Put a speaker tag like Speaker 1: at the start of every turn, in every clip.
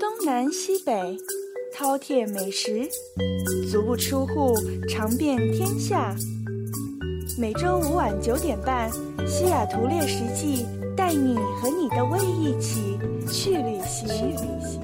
Speaker 1: 东南西北，饕餮美食，足不出户，尝遍天下。每周五晚九点半，《西雅图猎食记》带你和你的胃一起去旅行。去旅行。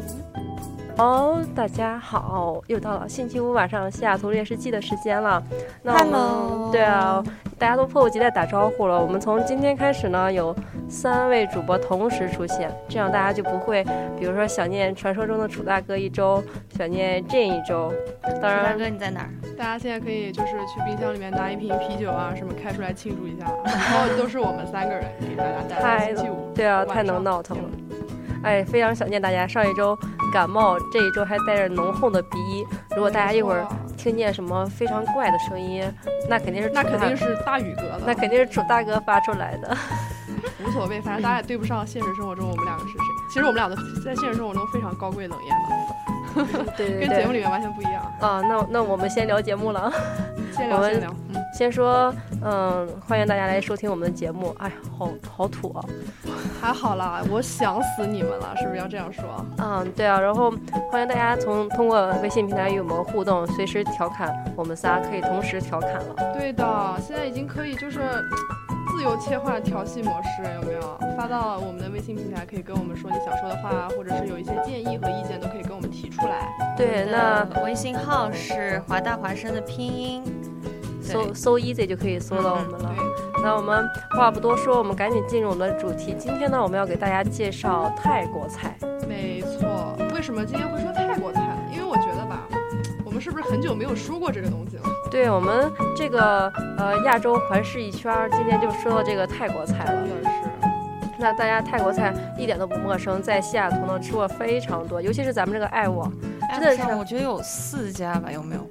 Speaker 2: 哦，大家好，又到了星期五晚上《西雅图猎食记》的时间了。那我们
Speaker 3: Hello
Speaker 2: 对啊，大家都迫不及待打招呼了。我们从今天开始呢，有三位主播同时出现，这样大家就不会，比如说想念传说中的楚大哥一周，想念 Jane 一周。当
Speaker 3: 大
Speaker 2: 然，
Speaker 3: 哥你在哪儿？
Speaker 4: 大家现在可以就是去冰箱里面拿一瓶啤酒啊什么开出来庆祝 一下，啊然后都是我们三个人给大家带来的星期五。嗯
Speaker 2: 对啊，太能闹腾了。哎，非常想念大家。上一周感冒，这一周还带着浓厚的鼻音。如
Speaker 4: 如
Speaker 2: 果大家一会儿
Speaker 4: 没错
Speaker 2: 听见什么非常怪的声音，那肯定是
Speaker 4: 那
Speaker 2: 楚
Speaker 4: 肯
Speaker 2: 大
Speaker 4: 定是大宇哥的，
Speaker 2: 那肯定是楚大哥发出来的。
Speaker 4: 无所谓，反正大家也对不上现实生活中我们两个是谁。其实我们俩的在现实生活中非常高贵冷艳的，
Speaker 2: 对对
Speaker 4: 跟节目里面完全不一样。
Speaker 2: 啊，那那我们先聊节目了，
Speaker 4: 先
Speaker 2: 我
Speaker 4: 聊
Speaker 2: 们
Speaker 4: 先聊，嗯，
Speaker 2: 先说，嗯，欢迎大家来收听我们的节目。哎呀，好好土啊！
Speaker 4: 还好啦，我想死你们了，是不是要这样说？
Speaker 2: 嗯，对啊，然后欢迎大家从通过微信平台与我们互动，随时调侃我们仨可以同时调侃了。
Speaker 4: 对的，现在已经可以就是自由切换调戏模式，有没有？发到我们的微信平台，可以跟我们说你想说的话，或者是有一些建议和意见，都可以跟我们提出来。
Speaker 2: 对，那
Speaker 3: 我们的呃微信号是华大华生的拼音。
Speaker 2: 搜搜 easy 就可以搜到我们了。嗯
Speaker 4: 对，
Speaker 2: 那我们话不多说，我们赶紧进入我们的主题。今天呢，我们要给大家介绍泰国菜。
Speaker 4: 没错。为什么今天会说泰国菜？因为我觉得吧，我们是不是很久没有说过这个东西了？
Speaker 2: 对我们这个呃亚洲环视一圈儿，今天就说到这个泰国菜了
Speaker 4: 真。的是，
Speaker 2: 那大家泰国菜一点都不陌生，在西雅图呢吃过非常多，尤其是咱们这个爱沃，
Speaker 3: 哎
Speaker 2: 真的是
Speaker 3: 不我觉得有四家吧，有没有？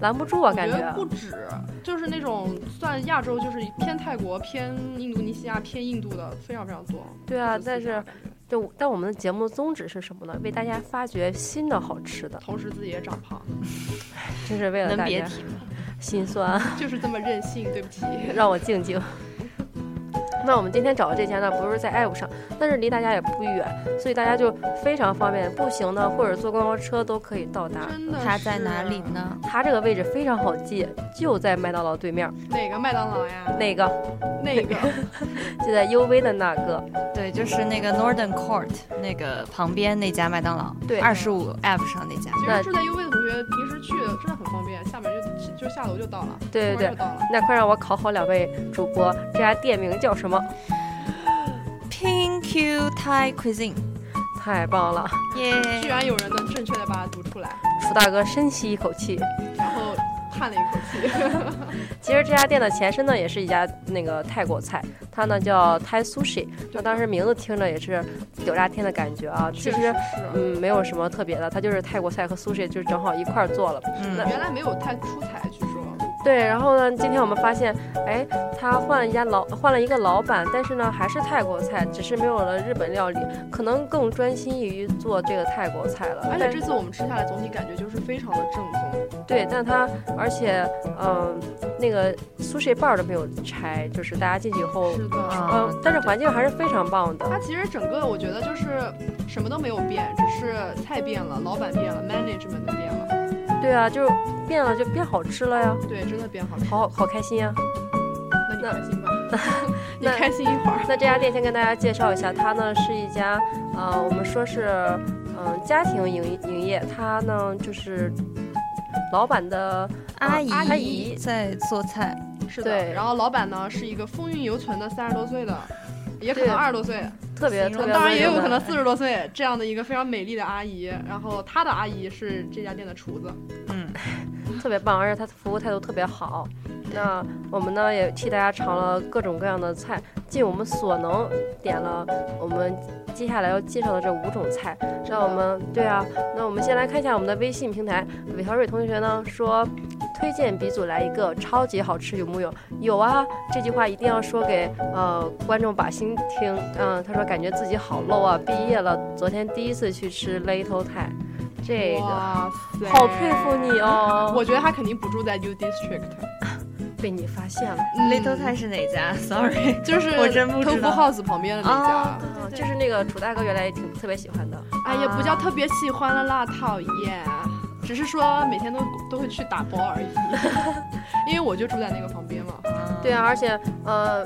Speaker 2: 拦不住啊，
Speaker 4: 我
Speaker 2: 感
Speaker 4: 觉
Speaker 2: 觉
Speaker 4: 得。不止，就是那种算亚洲，就是偏泰国、偏印度尼西亚、偏印度的非常非常多。
Speaker 2: 对啊，
Speaker 4: 这四
Speaker 2: 但
Speaker 4: 家
Speaker 2: 是
Speaker 4: 感觉
Speaker 2: 就但我们的节目宗旨是什么呢？为大家发掘新的好吃的，
Speaker 4: 同时自己也长胖，
Speaker 2: 真是为了
Speaker 3: 能
Speaker 2: 大
Speaker 3: 别
Speaker 2: 家
Speaker 3: 提吗？
Speaker 2: 心酸，啊
Speaker 4: 就是这么任性。对不起。
Speaker 2: 让我静静。那我们今天找的这家呢，不是在爱沃上，但是离大家也不远，所以大家就非常方便，步行呢或者坐公交车都可以到达。
Speaker 4: 真的
Speaker 3: 它在哪
Speaker 4: 是
Speaker 3: 里？呢？
Speaker 2: 它这个位置非常好记，就在麦当劳对面，
Speaker 4: 哪个麦当劳呀？
Speaker 2: 那个
Speaker 4: 那个
Speaker 2: 就在 UV 的那个。
Speaker 3: 对，就是那个 Northern Court 那个旁边那家麦当劳，
Speaker 2: 对
Speaker 3: 二十五 App 上那家。
Speaker 4: 其
Speaker 2: 那
Speaker 4: 实住在 U V 的同学平时去真的很方便，下面就就下楼就到了，
Speaker 2: 对对
Speaker 4: 出
Speaker 2: 对
Speaker 4: 门就，到了。
Speaker 2: 那快让我考好两位主播，这家店名叫什么？
Speaker 3: Pink Q Thai Cuisine，嗯
Speaker 2: 太棒了！
Speaker 3: 耶！
Speaker 4: 居
Speaker 2: 啊
Speaker 4: 然有人能正确的把它读出来，
Speaker 2: 楚大哥深吸一口气。
Speaker 4: 然后叹了一口气。
Speaker 2: 其实这家店的前身呢，也是一家那个泰国菜，它呢叫 Thai Sushi。那 当时名字听着也是屌炸天的感觉啊，其
Speaker 4: 确实
Speaker 2: 实。
Speaker 4: 是，
Speaker 2: 嗯，没有什么特别的，它就是泰国菜和 sushi 就是正好一块儿做了。
Speaker 3: 嗯，
Speaker 4: 原来没有太出彩，据说。
Speaker 2: 对，然后呢，今天我们发现，哎，他换了一家老换了一个老板，但是呢，还是泰国菜，只是没有了日本料理，可能更专心于做这个泰国菜了。
Speaker 4: 而
Speaker 2: 但
Speaker 4: 且这次我们吃下来，总体感觉就是非常的正宗。
Speaker 2: 对，但它而且，嗯、那个苏 i 棒儿都没有拆，就是大家进去以后，
Speaker 4: 是
Speaker 2: 嗯、
Speaker 4: 的，
Speaker 3: 啊
Speaker 2: 但是环境还是非常棒的。
Speaker 4: 它其实整个我觉得就是什么都没有变，只是菜变了，老板变了，management 变了，
Speaker 2: 对啊，就是变了就变好吃了呀，
Speaker 4: 对，真的变好吃。
Speaker 2: 好好开心呀。
Speaker 4: 那你
Speaker 2: 那
Speaker 4: 开 心吧，你
Speaker 2: 那
Speaker 4: 开心一会儿。
Speaker 2: 那这家店先跟大家介绍一下，它呢是一家，呃，我们说是，嗯、家庭营营业，它呢就是老板的
Speaker 3: 阿姨
Speaker 2: 阿姨
Speaker 3: 在做菜，
Speaker 4: 是
Speaker 2: 对
Speaker 4: 的，然后老板呢是一个风韵犹存的三十多岁的，也可
Speaker 2: 对
Speaker 4: 能二十多岁，
Speaker 2: 特别
Speaker 3: 形
Speaker 2: 特
Speaker 3: 容
Speaker 2: 别，
Speaker 4: 当然也有
Speaker 3: 温柔
Speaker 4: 可能四十多岁这样的一个非常美丽的阿姨。然后她的阿姨是这家店的厨子，
Speaker 3: 嗯，
Speaker 2: 特别棒，而且他服务态度特别好。那我们呢也替大家尝了各种各样的菜，尽我们所能点了我们接下来要介绍的这五种菜。那我们对啊，那我们先来看一下我们的微信平台，韦小蕊同学呢说。推荐鼻祖来一个，超级好吃，有木有？有啊！这句话一定要说给呃观众把心听。嗯，他说感觉自己好 low 啊，毕业了，昨天第一次去吃 Little Thai，这个
Speaker 4: 哇塞，
Speaker 2: 好佩服你！哦！
Speaker 4: 我觉得她肯定不住在 U District。
Speaker 2: 被你发现了，
Speaker 3: 嗯 Little Thai 是哪家？Sorry，
Speaker 4: 就是
Speaker 3: 我真不知
Speaker 4: Tofu
Speaker 3: 道
Speaker 4: House 旁边的那家。
Speaker 3: 啊
Speaker 2: 嗯，就是那个楚大哥原来也挺特别喜欢的，
Speaker 4: 哎也不叫特别喜欢了啦，讨厌，只是说每天都都会去打包 而已，因为我就住在那个旁边嘛。
Speaker 2: 对啊，而且呃，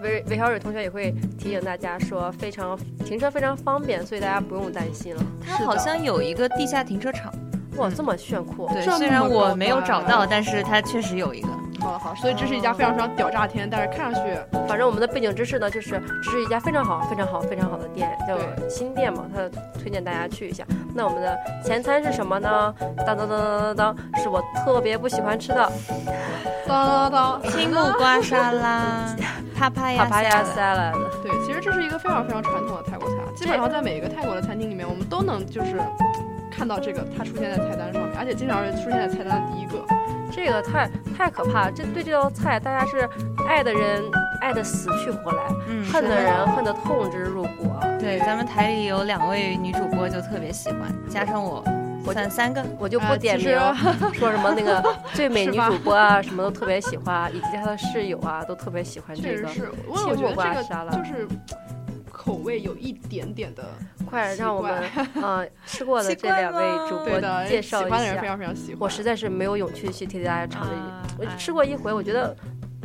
Speaker 2: 韦韦小蕊同学也会提醒大家说，非常停车非常方便，所以大家不用担心了。
Speaker 3: 它
Speaker 4: 是的
Speaker 3: 好像有一个地下停车场。
Speaker 2: 哇，
Speaker 3: 嗯
Speaker 2: 这么炫酷！
Speaker 3: 对，
Speaker 4: 这么
Speaker 3: 虽然我
Speaker 4: 高
Speaker 3: 没有
Speaker 4: 端
Speaker 3: 找到，但是它确实有一个。
Speaker 4: 好好，所以这是一家非常非常屌炸天，但是看 上去
Speaker 2: 反正我们的背景知识呢，就是这是一家非常好、非常好、非常好的店，叫
Speaker 4: 对
Speaker 2: 新店嘛，它推荐大家去一下。那我们的前餐是什么呢？当当当当当当，是我特别不喜欢吃的
Speaker 4: 当当当当，
Speaker 3: 青木瓜沙拉、帕帕
Speaker 2: 帕
Speaker 3: 亚
Speaker 2: 帕亚 salad。
Speaker 4: 对，其实这是一个非常非常传统的泰国菜，啊基本上在每一个泰国的餐厅里面，我们都能就是看到这个，它出现在菜单上面，而且经常是出现在菜单第一个。
Speaker 2: 这个太太可怕，这对这道菜大家是爱的人爱的死去活来，
Speaker 3: 嗯，
Speaker 2: 恨的人恨得痛之入骨。啊
Speaker 3: 对，咱们台里有两位女主播就特别喜欢，加上我，
Speaker 2: 我
Speaker 3: 算三个。
Speaker 2: 我就不
Speaker 4: 呃
Speaker 2: 点
Speaker 4: 其
Speaker 2: 名
Speaker 4: 实
Speaker 2: 了，说什么那个最美女
Speaker 4: 是吧
Speaker 2: 主播啊，什么都特别喜欢，以及她的室友啊，都特别喜欢
Speaker 4: 确
Speaker 2: 这
Speaker 4: 实
Speaker 2: 个。
Speaker 4: 是，因为我觉
Speaker 2: 青木
Speaker 4: 得
Speaker 2: 瓜
Speaker 4: 这个
Speaker 2: 沙拉
Speaker 4: 就是口味有一点点的
Speaker 2: 快让我们
Speaker 4: 奇
Speaker 2: 呃吃 过的
Speaker 3: 奇
Speaker 2: 这
Speaker 3: 怪
Speaker 2: 两位
Speaker 3: 吗
Speaker 2: 主
Speaker 4: 对
Speaker 2: 播
Speaker 4: 的，
Speaker 2: 介
Speaker 4: 喜
Speaker 2: 绍一
Speaker 4: 欢的人非
Speaker 2: 下。
Speaker 4: 常非常喜欢。
Speaker 2: 我实在是没有勇气去替大家尝这一，
Speaker 3: 啊
Speaker 2: 我
Speaker 3: 哎
Speaker 2: 吃过一回，我觉得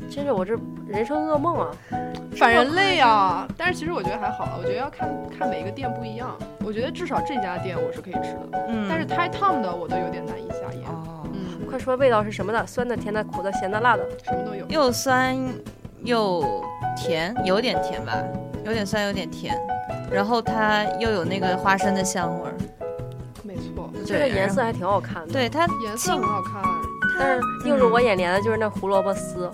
Speaker 2: 真是我这人生噩梦啊！
Speaker 4: 反人类啊，但是其实我觉得还好，我觉得要看看每个店不一样。我觉得至少这家店我是可以吃的，
Speaker 3: 嗯，
Speaker 4: 但是太烫的我都有点难以下咽。
Speaker 3: 哦，
Speaker 4: 嗯，
Speaker 2: 快说味道是什么的？酸的、甜的、苦的、咸的、辣的。
Speaker 4: 什么都有。
Speaker 3: 又酸又甜，有点甜吧，有点酸，有点甜。然后它又有那个花生的香味儿，
Speaker 4: 没错，
Speaker 2: 这个颜色，还挺好看的。，
Speaker 3: 对它
Speaker 4: 颜色很好看。
Speaker 2: 但是映入我眼帘的就是那胡萝卜丝。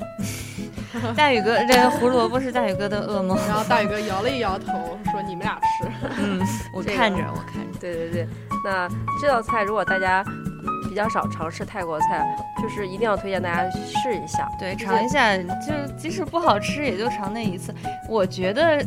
Speaker 3: 大宇哥这个胡萝卜是大宇哥的噩梦。
Speaker 4: 然后大宇哥摇了一摇头，说：“你们俩吃。
Speaker 3: 嗯，我
Speaker 2: 这个
Speaker 3: 看着，我看着，
Speaker 2: 对对对，那这道菜如果大家比较少尝试泰国菜，就是一定要推荐大家试一下。
Speaker 3: 对，尝一下，就即使不好吃，也就尝那一次。我觉得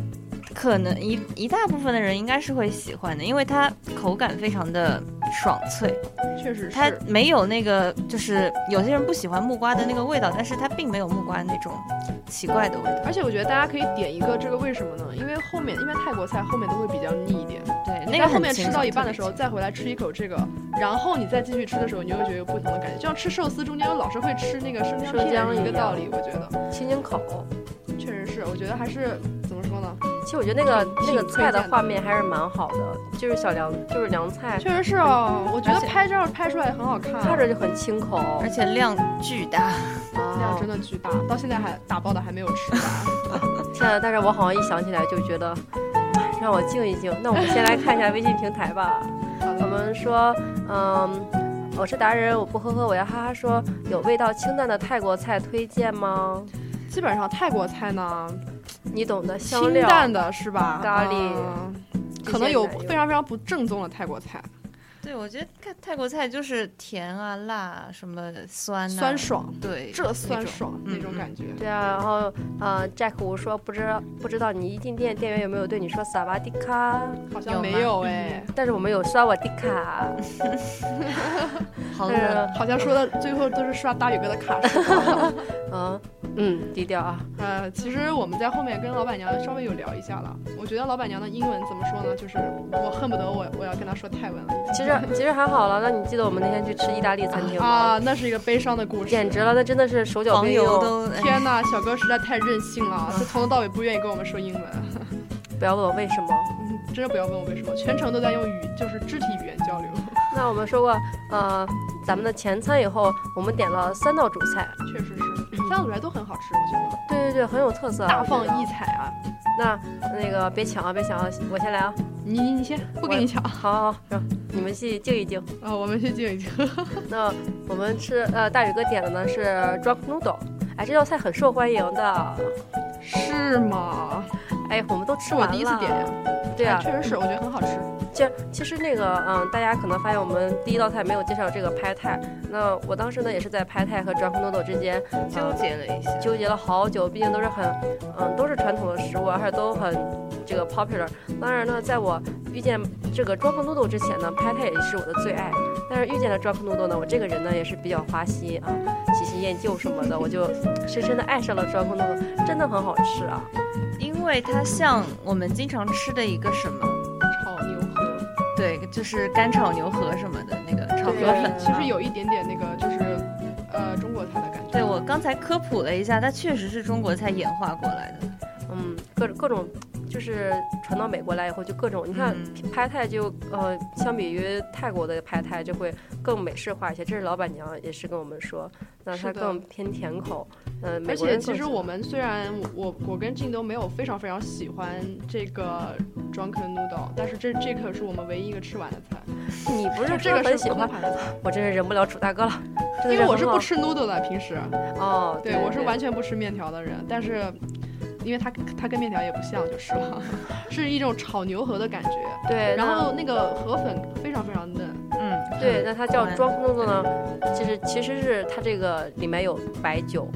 Speaker 3: 可能一一大部分的人应该是会喜欢的，因为它口感非常的爽脆，”
Speaker 4: 确实
Speaker 3: 它
Speaker 4: 是，
Speaker 3: 没有那个就是有些人不喜欢木瓜的那个味道，但是它并没有木瓜那种奇怪的味道。
Speaker 4: 而且我觉得大家可以点一个这个，为什么呢？因为后面一般泰国菜后面都会比较腻一点，
Speaker 3: 对，
Speaker 4: 你
Speaker 3: 那
Speaker 4: 在
Speaker 3: 个
Speaker 4: 后
Speaker 3: 很
Speaker 4: 面
Speaker 3: 清
Speaker 4: 吃
Speaker 3: 爽
Speaker 4: 到一半的时候
Speaker 3: 特
Speaker 4: 再回来吃一口这个，然后你再继续吃的时候，你就会觉得有不同的感觉，就像吃寿司中间老是会吃那个生姜
Speaker 2: 生姜
Speaker 4: 片一
Speaker 2: 一
Speaker 4: 个
Speaker 2: 样
Speaker 4: 道理。我觉得
Speaker 2: 清清口。
Speaker 4: 确实是，我觉得还是怎么说呢？
Speaker 2: 其实我觉得那个那
Speaker 4: 挺
Speaker 2: 个
Speaker 4: 推
Speaker 2: 菜的
Speaker 4: 荐的
Speaker 2: 画面还是蛮好的，就是小凉就是凉菜，
Speaker 4: 确实是哦，我觉
Speaker 2: 而
Speaker 4: 得
Speaker 2: 且
Speaker 4: 拍照拍出来很好看，
Speaker 2: 看着就很清口。哦
Speaker 3: 别而且量巨大。
Speaker 4: 量真
Speaker 2: 的
Speaker 4: 的巨大，到现在还打包的还没有吃完。
Speaker 2: 天啊！但是我好像一想起来就觉得，哎让我静一静。那我们先来看一下微信平台吧。
Speaker 4: 好
Speaker 2: 我
Speaker 4: 的，
Speaker 2: 们说，嗯，我是达人，我不呵呵，我要哈哈说，有味道清淡的泰国菜推荐吗？
Speaker 4: 基本上泰国菜呢，
Speaker 2: 你懂的，香
Speaker 4: 清
Speaker 2: 料。
Speaker 4: 淡的是吧？
Speaker 2: 香料咖喱
Speaker 4: 嗯
Speaker 2: 这
Speaker 4: 可能
Speaker 2: 些
Speaker 4: 有
Speaker 2: 奶油
Speaker 4: 非常非常不正宗的泰国菜，
Speaker 3: 对，我觉得泰泰国菜就是甜啊、辣啊什么
Speaker 2: 嗯
Speaker 3: 酸啊、
Speaker 4: 酸爽，
Speaker 3: 对，
Speaker 4: 这酸
Speaker 3: 那种
Speaker 4: 爽那
Speaker 3: 嗯
Speaker 4: 种
Speaker 3: 嗯
Speaker 4: 感觉。
Speaker 2: 对啊，然后呃，Jack 我说不知道不知道你一进店店员有没有对你说萨瓦迪卡，嗯
Speaker 3: 有
Speaker 4: 好像没
Speaker 3: 吗
Speaker 4: 有哎，
Speaker 2: 但是我们有刷瓦迪卡，
Speaker 3: 好
Speaker 2: 但
Speaker 3: 冷。
Speaker 2: 是
Speaker 4: 好像说的最后都是刷大宇哥的卡是吧
Speaker 2: 嗯嗯低调啊，
Speaker 4: 呃，其实我们在后面跟老板娘稍微有聊一下了，我觉得老板娘的英文怎么说呢？就是我恨不得我我要跟她说泰文了已
Speaker 2: 其实其实还好了。那你记得我们那天去吃意大利餐 厅
Speaker 4: 经。
Speaker 2: 吗？
Speaker 4: 啊，那是一个悲伤的故事。
Speaker 2: 简直了，那真的是手脚
Speaker 3: 黄
Speaker 2: 并
Speaker 3: 油
Speaker 2: 用。
Speaker 3: 都哎
Speaker 4: 天呐，小哥实在太任性了，
Speaker 2: 嗯
Speaker 4: 就从头到尾不愿意跟我们说英文，
Speaker 2: 不要问我为什么。
Speaker 4: 嗯真的不要问我为什么，全程都在用语就是肢体语言交流，
Speaker 2: 那我们说过，呃，咱们的前餐以后，我们点了三道主菜，
Speaker 4: 确实是，
Speaker 2: 嗯
Speaker 4: 三道主菜都很好吃，我觉得
Speaker 2: 对对对，很有特色啊，
Speaker 4: 大
Speaker 2: 我觉得
Speaker 4: 放异彩啊！
Speaker 2: 那那个别抢啊，别抢啊，我先来啊。
Speaker 4: 你你你先，不跟你抢，
Speaker 2: 好好好，然后你们去静一静。
Speaker 4: 啊，我们去静一静。
Speaker 2: 那我们吃呃，大宇哥点的呢是 drunk noodle，哎，这道菜很受欢迎的。
Speaker 4: 是吗？
Speaker 2: 哎，我们都吃
Speaker 4: 是我
Speaker 2: 完了。
Speaker 4: 第一次点呀，
Speaker 2: 对啊
Speaker 4: 哎，确实是，我觉得很好吃。
Speaker 2: 其实其实那个嗯、大家可能发现我们第一道菜没有介绍这个拍泰，那我当时呢也是在拍泰和 drunk noodle 之间
Speaker 3: 纠结了一下。
Speaker 2: 纠结了好久，毕竟都是很，嗯，都是传统的食物，而且都很这个 popular。当然呢，在我遇见这个 drunk noodle 之前呢，拍泰也是我的最爱。但是遇见了 drunk noodle 呢，我这个人呢也是比较花心啊，喜新厌旧什么的，我就深深的爱上了 drunk noodle，真的很好吃啊。
Speaker 3: 因为它像我们经常吃的一个什么，
Speaker 4: 炒牛河，
Speaker 3: 对，就是干炒牛河什么的那个炒河粉啊
Speaker 4: 对，，其实。有一点点那个就是呃中国菜的感觉。
Speaker 3: 对我刚才科普了一下，它确实是中国菜演化过来的。
Speaker 2: 嗯，各各种就是传到美国来以后，就各种你看
Speaker 3: 嗯
Speaker 2: 拍泰就呃，相比于泰国的拍泰就会更美式化一些。这是老板娘也是跟我们说，那
Speaker 4: 是
Speaker 2: 它
Speaker 4: 的
Speaker 2: 更偏甜口。嗯、美
Speaker 4: 而
Speaker 2: 国
Speaker 4: 且
Speaker 2: 人
Speaker 4: 其
Speaker 2: 更
Speaker 4: 实
Speaker 2: 喜
Speaker 4: 我
Speaker 2: 欢
Speaker 4: 们虽然我我我跟静都没有非常非常喜欢这个 drunken noodle，但是这这可是我们唯一一个吃完的菜。
Speaker 2: 你不是
Speaker 4: 这
Speaker 2: 说
Speaker 4: 个
Speaker 2: 很
Speaker 4: 是
Speaker 2: 喜
Speaker 4: 空
Speaker 2: 欢，
Speaker 4: 盘的菜，
Speaker 2: 我真是忍不了主大 哥了。真的
Speaker 4: 因为我是
Speaker 2: 很
Speaker 4: 不
Speaker 2: 好
Speaker 4: 吃 noodle 的，平时
Speaker 2: 哦，
Speaker 4: 对我是完全不吃面条的人，但是因为它它跟面条也不像，就是了， 是一种炒牛河的感觉。
Speaker 2: 对，
Speaker 4: 然
Speaker 2: 那
Speaker 4: 后那个河粉非常非常嫩，
Speaker 3: 嗯，
Speaker 2: 对，那它叫
Speaker 3: 嗯
Speaker 2: 装空洞的呢，就是其实是它这个里面有白酒，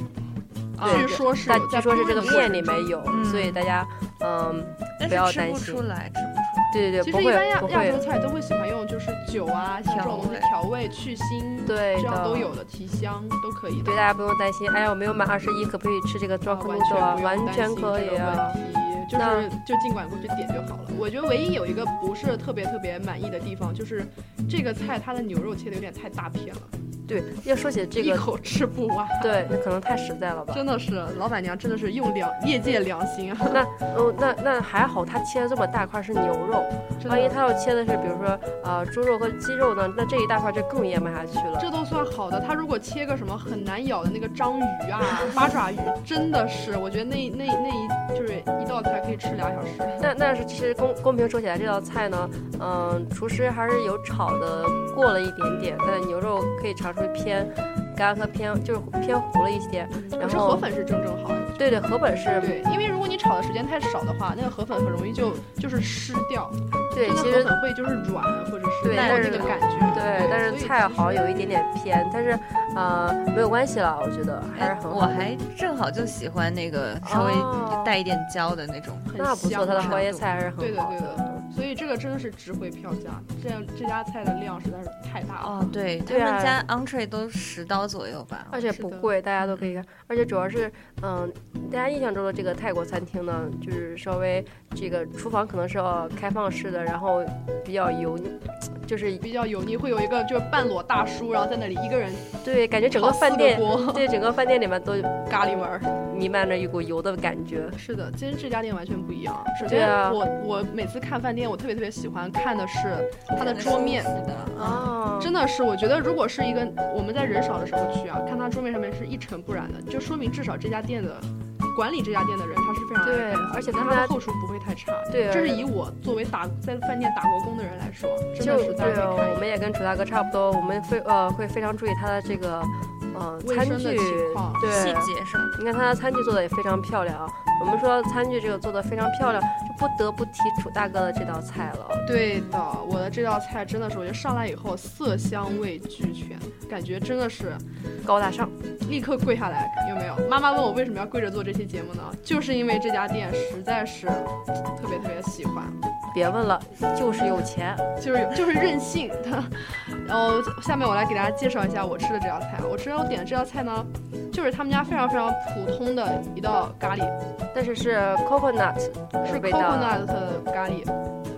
Speaker 2: 对
Speaker 4: 啊据说是
Speaker 2: 但
Speaker 4: 有
Speaker 2: 据
Speaker 4: 在
Speaker 2: 说是这个
Speaker 4: 烹饪的过
Speaker 2: 面
Speaker 4: 程
Speaker 2: 里面有，
Speaker 3: 嗯
Speaker 2: 所以大家嗯，
Speaker 3: 但
Speaker 2: 不要
Speaker 3: 是吃
Speaker 2: 担
Speaker 3: 不
Speaker 2: 心
Speaker 3: 出来，吃不出来。
Speaker 2: 对对
Speaker 4: 其
Speaker 2: 对，不
Speaker 4: 实一般
Speaker 2: 会
Speaker 4: 亚
Speaker 2: 不
Speaker 4: 亚洲
Speaker 2: 会，
Speaker 4: 菜都会喜欢用就是酒啊、这种东西调味、去腥，
Speaker 2: 对
Speaker 4: 这样
Speaker 2: 的
Speaker 4: 都有的，提香都可以的
Speaker 2: 对，。大家不用担心。哎呀，我没有满二十一，可不可以吃这个
Speaker 4: 啊
Speaker 2: 装空
Speaker 4: 完
Speaker 2: 洞
Speaker 4: 全
Speaker 2: 啊？
Speaker 4: 不用
Speaker 2: 完
Speaker 4: 担
Speaker 2: 全
Speaker 4: 心
Speaker 2: 可
Speaker 4: 这
Speaker 2: 以
Speaker 4: 个
Speaker 2: 啊
Speaker 4: 问。题，就是就尽管过去点就好了。我觉得唯一有一个不是特别特别满意的地方，就是这个菜它的牛肉切的有点太大片了，
Speaker 2: 对，要说起这
Speaker 4: 一
Speaker 2: 个，
Speaker 4: 口吃不完。，
Speaker 2: 对，那可能太实在了吧。
Speaker 4: 真的是老板娘真的是用良业界良心 啊，
Speaker 2: 那哦，那那还好，它切的这么大块是牛肉，
Speaker 4: 真
Speaker 2: 万一
Speaker 4: 的。
Speaker 2: 它要切的是比如说呃猪肉和鸡肉呢，那这一大块就更咽不下去了。
Speaker 4: 这都算好的，他如果切个什么很难咬的那个章鱼 啊、八爪鱼，真的是，我觉得那那那一就是一道菜可以吃俩小时。
Speaker 2: 那那是其实公公平说起来，这道菜呢，嗯、厨师还是有炒的过了一点点，但牛肉可以尝出偏干和偏就是偏糊了一些。然
Speaker 4: 可是河
Speaker 2: 后
Speaker 4: 粉是正正好，我觉得
Speaker 2: 对对，河本是
Speaker 4: 对，因为如果你炒的时间太少的话，那个河粉很容易就就是湿掉，
Speaker 2: 对
Speaker 4: 这，个
Speaker 2: 其
Speaker 4: 河
Speaker 2: 实
Speaker 4: 粉会就是软或者是
Speaker 2: 对
Speaker 4: 没有
Speaker 2: 但是
Speaker 4: 那个感觉。
Speaker 2: 对，但是
Speaker 4: 所以
Speaker 2: 菜
Speaker 4: 其
Speaker 2: 好
Speaker 4: 实
Speaker 2: 有一点点偏，但是呃没有关系了，我觉得还是
Speaker 3: 哎，
Speaker 2: 很
Speaker 3: 我
Speaker 2: 好。
Speaker 3: 还正好就喜欢那个稍微
Speaker 2: 哦
Speaker 3: 带一点焦的那种。
Speaker 2: 那不
Speaker 4: 很
Speaker 2: 错，
Speaker 4: 香
Speaker 2: 它的
Speaker 4: 啊
Speaker 2: 花椰菜还是
Speaker 4: 对
Speaker 2: 很
Speaker 4: 的嗯
Speaker 2: 好
Speaker 4: 对
Speaker 2: 的。
Speaker 4: 的，所以这个真的是值回票价，这样这家菜的量实在是太大了。
Speaker 3: 哦，对，他
Speaker 2: 对啊哎
Speaker 3: 们家 entree 都十刀左右吧。
Speaker 2: 而且
Speaker 4: 是
Speaker 2: 不
Speaker 4: 的嗯
Speaker 2: 贵，大家都可以看。而且主要是，嗯、大家印象中的这个泰国餐厅呢，就是稍微这个厨房可能是要开放式的，然后比较油腻，就是
Speaker 4: 比较油腻，会有一个就是半裸大叔，然后在那里一个人
Speaker 2: 对，感觉整
Speaker 4: 炒
Speaker 2: 个
Speaker 4: 四
Speaker 2: 饭店，
Speaker 4: 锅
Speaker 2: 对整个饭店里面都
Speaker 4: 咖喱味儿。
Speaker 2: 弥漫着一股油的感觉。
Speaker 4: 是的，其实这家店完全不一样。首
Speaker 2: 对
Speaker 4: 先
Speaker 2: 啊，
Speaker 4: 我我每次看饭店，我特别特别喜欢看的是它的
Speaker 3: 真
Speaker 4: 桌面
Speaker 3: 是。
Speaker 2: 嗯
Speaker 3: 的，
Speaker 4: 啊
Speaker 2: 哦
Speaker 4: 真的是，我觉得如果是一个我们在人少的时候去啊，看它桌面上面是一尘不染的，就说明至少这家店的管理这家店的人他是非常爱
Speaker 2: 对
Speaker 4: 干净的
Speaker 2: 而且
Speaker 4: 但
Speaker 2: 他们
Speaker 4: 它
Speaker 2: 家
Speaker 4: 的后厨不会太差。
Speaker 2: 对
Speaker 4: 这是以我作为打在饭店打过工的人来说，真
Speaker 2: 就
Speaker 4: 的是大
Speaker 2: 对啊
Speaker 4: 家可以看
Speaker 2: 我
Speaker 4: 一
Speaker 2: 们
Speaker 4: 眼
Speaker 2: 也跟楚大哥差不多，我们非呃会非常注意他的这个呃
Speaker 4: 卫
Speaker 2: 餐
Speaker 4: 生的
Speaker 2: 具
Speaker 4: 情况，
Speaker 2: 对
Speaker 3: 细节上，
Speaker 2: 你看它的餐具做的也非常漂亮啊。我们说餐具这个做的非常漂亮，就不得不提楚大哥的这道菜了。啊
Speaker 4: 对的，我的这道菜真的是，我觉得上来以后色香味俱全，感觉真的是
Speaker 2: 高大上，
Speaker 4: 立刻跪下来，有没有？妈妈问我为什么要跪着做这期节目呢？就是因为这家店实在是特别特别喜欢。
Speaker 2: 别问了，就是有钱。
Speaker 4: 就是就是任性 的。然后下面我来给大家介绍一下我吃的这道菜啊。我吃我点的这道菜呢，就是他们家非常非常普通的一道咖喱，
Speaker 2: 但是是 coconut
Speaker 4: 是
Speaker 2: 的味道啊
Speaker 4: coconut 咖喱。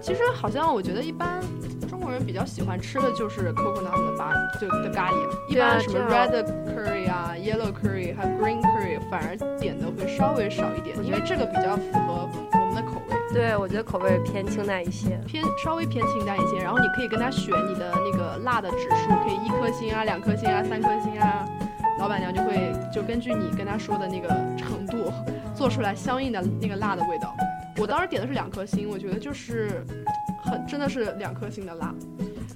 Speaker 4: 其实好像我觉得一般中国人比较喜欢吃的就是 coconut 的咖就的咖喱，一
Speaker 2: 对啊
Speaker 4: 般什么
Speaker 2: 这样
Speaker 4: red curry 啊、yellow curry 还有 green curry，反而点的会稍微少一点，因为这个比较符合我们的口味。
Speaker 2: 对我觉得口味偏清淡一些。
Speaker 4: 偏稍微偏清淡一些，然后你可以跟他选你的那个辣的指数，可以一颗星啊、两颗星啊、三颗星啊，老板娘就会就根据你跟他说的那个程度， 做出来相应的那个辣的味道。我当时点的是两颗星，我觉得就是很真的是两颗星的辣，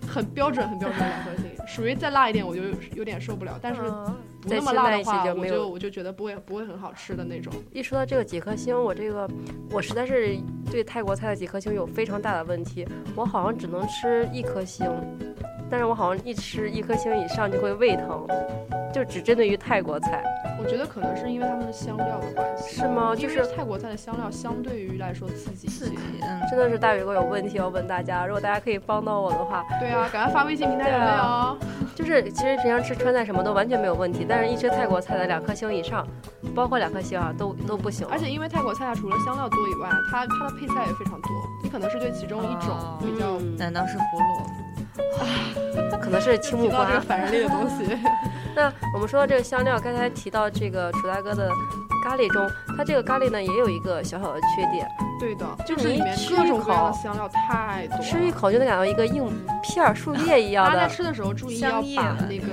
Speaker 4: 很标准很标准的两颗星， 属于再辣一点我就有点受不了，但是
Speaker 2: 嗯，
Speaker 4: 不
Speaker 2: 再
Speaker 4: 那么
Speaker 2: 清
Speaker 4: 辣
Speaker 2: 淡
Speaker 4: 的
Speaker 2: 一些
Speaker 4: 话，
Speaker 2: 就
Speaker 4: 我
Speaker 2: 没
Speaker 4: 就
Speaker 2: 有。
Speaker 4: 我就觉得不会不会很好吃的那种。
Speaker 2: 一说到这个几颗星，我这个我实在是对泰国菜的几颗星有非常大的问题，我好像只能吃一颗星，但是我好像一吃一颗星以上就会胃疼，就只针对于泰国菜，
Speaker 4: 我觉得可能是因为他们的香料的关系。
Speaker 2: 是吗？哦就
Speaker 4: 因
Speaker 2: 是
Speaker 4: 为泰国菜的香料相对于来说刺激一
Speaker 3: 刺
Speaker 4: 些
Speaker 3: 激，，嗯，
Speaker 2: 真的是大伟哥有问题要问大家，如果大家可以帮到我的话，
Speaker 4: 对啊，赶快发微信平台
Speaker 2: 对
Speaker 4: 人类
Speaker 2: 啊
Speaker 4: 哦。
Speaker 2: 就是其实平常吃川菜什么都完全没有问题，但是一吃泰国菜的两颗星以上，包括两颗星啊，都都不行了。
Speaker 4: 而且因为泰国菜它除了香料多以外，它它的配菜也非常多，你可能是对其中一种
Speaker 3: 哦
Speaker 4: 比较。
Speaker 2: 嗯
Speaker 3: 难道是胡萝卜？
Speaker 2: 可能是青木
Speaker 4: 提到这
Speaker 2: 瓜
Speaker 4: 个。反人类的东西，
Speaker 2: 那我们说到这个香料，刚才提到这个楚大哥的咖喱中，它这个咖喱呢也有一个小小的缺点，
Speaker 4: 对的，就
Speaker 2: 就是你
Speaker 4: 里面
Speaker 2: 吃
Speaker 4: 各
Speaker 2: 一
Speaker 4: 种各样的
Speaker 2: 口
Speaker 4: 香料太多了。
Speaker 2: 吃一口就能感到一个硬片儿、树叶一样
Speaker 4: 大家在
Speaker 2: 的。
Speaker 4: 吃啊的时候注意要
Speaker 3: 香叶
Speaker 4: 把
Speaker 3: 了
Speaker 4: 那个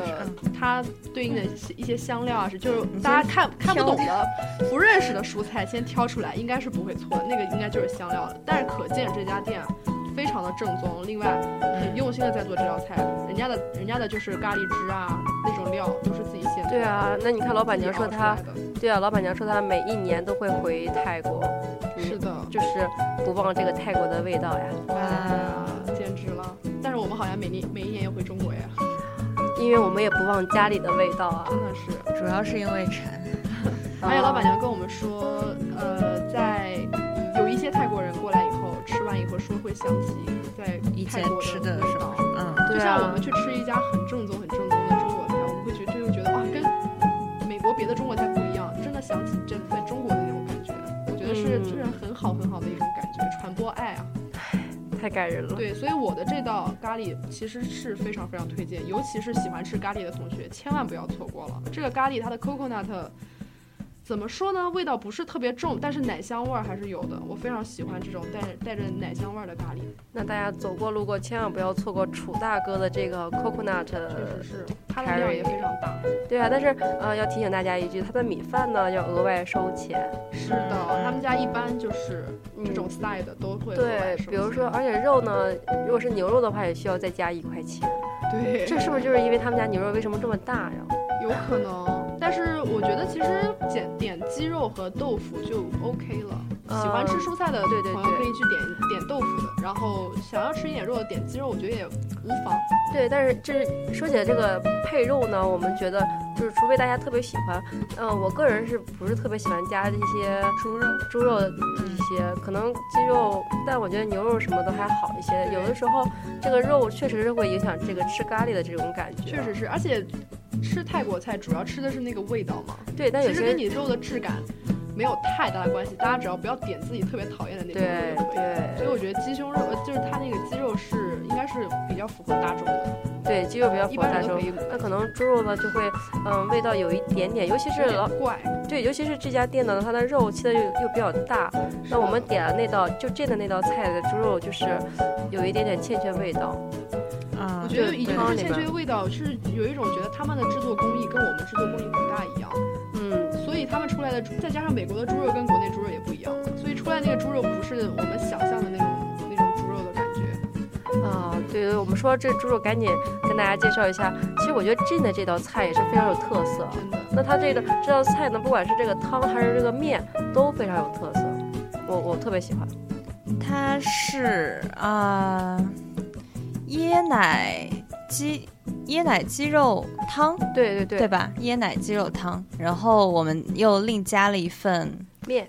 Speaker 3: 嗯
Speaker 4: 它对应的一些一些香料啊，是就是
Speaker 3: 你先
Speaker 4: 大家看看不
Speaker 3: 挑
Speaker 4: 懂的、不认识的蔬菜先挑出来，应该是不会错的，那个应该就是香料了。但是可见这家店啊非常的正宗，另外很用心的在做这道菜，人家的人家的就是咖喱汁啊那种料都是自己现
Speaker 2: 对啊，那你看老板娘说她
Speaker 4: 自己熬出来
Speaker 2: 对啊，老板娘说她每一年都会回泰国，嗯
Speaker 4: 的是的，
Speaker 2: 就是不忘这个泰国的味道呀。
Speaker 4: 哇，简直了！但是我们好像每年每一年也回中国呀，
Speaker 2: 因为我们也不忘家里的味道啊。
Speaker 4: 真的是。
Speaker 3: 主要是因为馋。
Speaker 4: 而且老板娘跟我们说，呃，在有一些泰国人过来以后，吃完以后说会想起在
Speaker 3: 以
Speaker 4: 泰
Speaker 3: 前
Speaker 4: 国
Speaker 3: 吃
Speaker 4: 的
Speaker 3: 的
Speaker 4: 味
Speaker 3: 是
Speaker 4: 道
Speaker 3: 吧？，嗯，
Speaker 2: 对
Speaker 4: 就
Speaker 2: 啊
Speaker 4: 像我们去吃一家很正宗、很正宗的中国菜，我们会觉得就会觉得哇，跟美国别的中国菜不一样，真的想起真在中国的那种感觉，我觉得是
Speaker 2: 嗯
Speaker 4: 这是很好很好的一种感觉，传播爱啊。
Speaker 2: 太感人了。
Speaker 4: 对，所以我的这道咖喱其实是非常非常推荐，尤其是喜欢吃咖喱的同学，千万不要错过了。这个咖喱它的 coconut 怎么说呢？味道不是特别重，但是奶香味儿还是有的。我非常喜欢这种带带着奶香味儿的咖喱，
Speaker 2: 那大家走过路过，千万不要错过楚大哥的这个 coconut。
Speaker 4: 确实是它的量也非常大。
Speaker 2: 对啊，但是呃，要提醒大家一句，他的米饭呢要额外收钱。
Speaker 4: 是的，他们家一般就是这种 side 都会额外
Speaker 2: 嗯对
Speaker 4: 收，
Speaker 2: 比如
Speaker 4: 钱
Speaker 2: 说，而且肉呢，如果是牛肉的话，也需要再加一块钱。
Speaker 4: 对，
Speaker 2: 这是不是就是因为他们家牛肉为什么这么大呀？
Speaker 4: 有可能，但是我觉得其实点点鸡肉和豆腐就 OK 了。
Speaker 2: 嗯
Speaker 4: 喜欢吃蔬菜的朋
Speaker 2: 对对
Speaker 4: 友
Speaker 2: 对
Speaker 4: 可以去点点豆腐的，然后想要吃一点肉的点鸡肉，我觉得也无妨。
Speaker 2: 对，啊但是这是说起来这个配肉呢，我们觉得就是除非大家特别喜欢，嗯、我个人是不是特别喜欢加这些
Speaker 3: 猪肉，
Speaker 2: 猪肉的一些，可能鸡肉，但我觉得牛肉什么都还好一些。有的时候这个肉确实是会影响这个吃咖喱的这种感觉，
Speaker 4: 确实是，而且吃泰国菜主要吃的是那个味道嘛，
Speaker 2: 对。但有
Speaker 4: 其实
Speaker 2: 些
Speaker 4: 跟你肉的质感没有太大的关系。大家只要不要点自己特别讨厌的那种
Speaker 2: 对
Speaker 4: 肉就可以。所以
Speaker 2: 对
Speaker 4: 我觉得鸡胸肉，呃就是它那个鸡肉是应该是比较符合大众的，
Speaker 2: 对鸡肉比较
Speaker 4: 一
Speaker 2: 复
Speaker 4: 般
Speaker 2: 杂
Speaker 4: 人都
Speaker 2: 种
Speaker 4: 可。以买。
Speaker 2: 那可能猪肉呢就会，嗯，味道有一点点，尤其是
Speaker 4: 有点
Speaker 2: 老
Speaker 4: 怪，
Speaker 2: 对，尤其是这家店呢，它的肉切的又又比较大，
Speaker 4: 是
Speaker 2: 那我们
Speaker 4: 的
Speaker 2: 点了那道就这的那道菜的猪肉，就是有一点点欠缺味道。
Speaker 3: 啊，
Speaker 4: 我觉得
Speaker 2: 对
Speaker 4: 已经
Speaker 2: 汤
Speaker 4: 是
Speaker 2: 里
Speaker 4: 欠
Speaker 2: 边
Speaker 4: 缺味道，是有一种觉得他们的制作工艺跟我们制作工艺不大一样，
Speaker 2: 嗯，
Speaker 4: 所以他们出来的猪，再加上美国的猪肉跟国内猪肉也不一样嘛，所以出来那个猪肉不是我们想象的那种那种猪肉的感觉。
Speaker 2: 啊，对对，我们说这猪肉，赶紧跟大家介绍一下。其实我觉得这的这道菜也是非常有特色。
Speaker 4: 真的，
Speaker 2: 那它这个这道菜呢，不管是这个汤还是这个面，都非常有特色。我我特别喜欢，
Speaker 3: 它是啊、椰奶鸡椰奶鸡肉汤，
Speaker 2: 对对对，
Speaker 3: 对吧？椰奶鸡肉汤，然后我们又另加了一份
Speaker 2: 面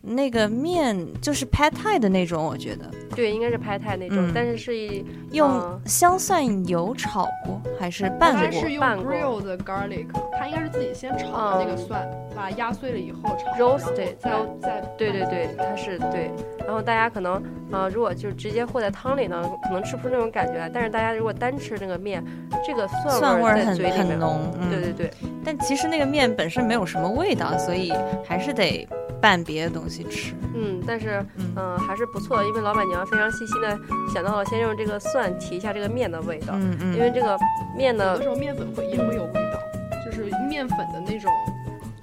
Speaker 3: 那个面，就是 pad thai 的那种，我觉得
Speaker 2: 对应该是拍泰那种，
Speaker 3: 嗯
Speaker 2: 但是是一
Speaker 3: 用
Speaker 2: 嗯
Speaker 3: 香蒜油炒过还是
Speaker 4: 它
Speaker 3: 拌过
Speaker 4: 是？用
Speaker 2: 拌过
Speaker 4: grill 的 garlic，它应该是自己先炒的那个
Speaker 2: 嗯
Speaker 4: 蒜，把它压碎了以后炒
Speaker 2: Roasted，
Speaker 4: 然后再再
Speaker 2: 对对
Speaker 4: 拌
Speaker 2: 对，它是对。然后大家可能，呃，如果就直接和在汤里呢，可能吃不出那种感觉来。但是大家如果单吃那个面，这个蒜
Speaker 3: 蒜味
Speaker 2: 味儿
Speaker 3: 儿
Speaker 2: 在
Speaker 3: 很
Speaker 2: 嘴里面，
Speaker 3: 很浓，嗯、
Speaker 2: 对对对，
Speaker 3: 但其实那个面本身没有什么味道，所以还是得拌别的东西吃。
Speaker 2: 嗯，但是
Speaker 3: 嗯
Speaker 2: 嗯、呃还是不错，因为老板娘非常细心的想到了先用这个蒜提一下这个面的味道，
Speaker 3: 嗯嗯，
Speaker 2: 因为这个面
Speaker 4: 有
Speaker 2: 呢
Speaker 4: 的，时候面粉会也会有味道，就是面粉的那种，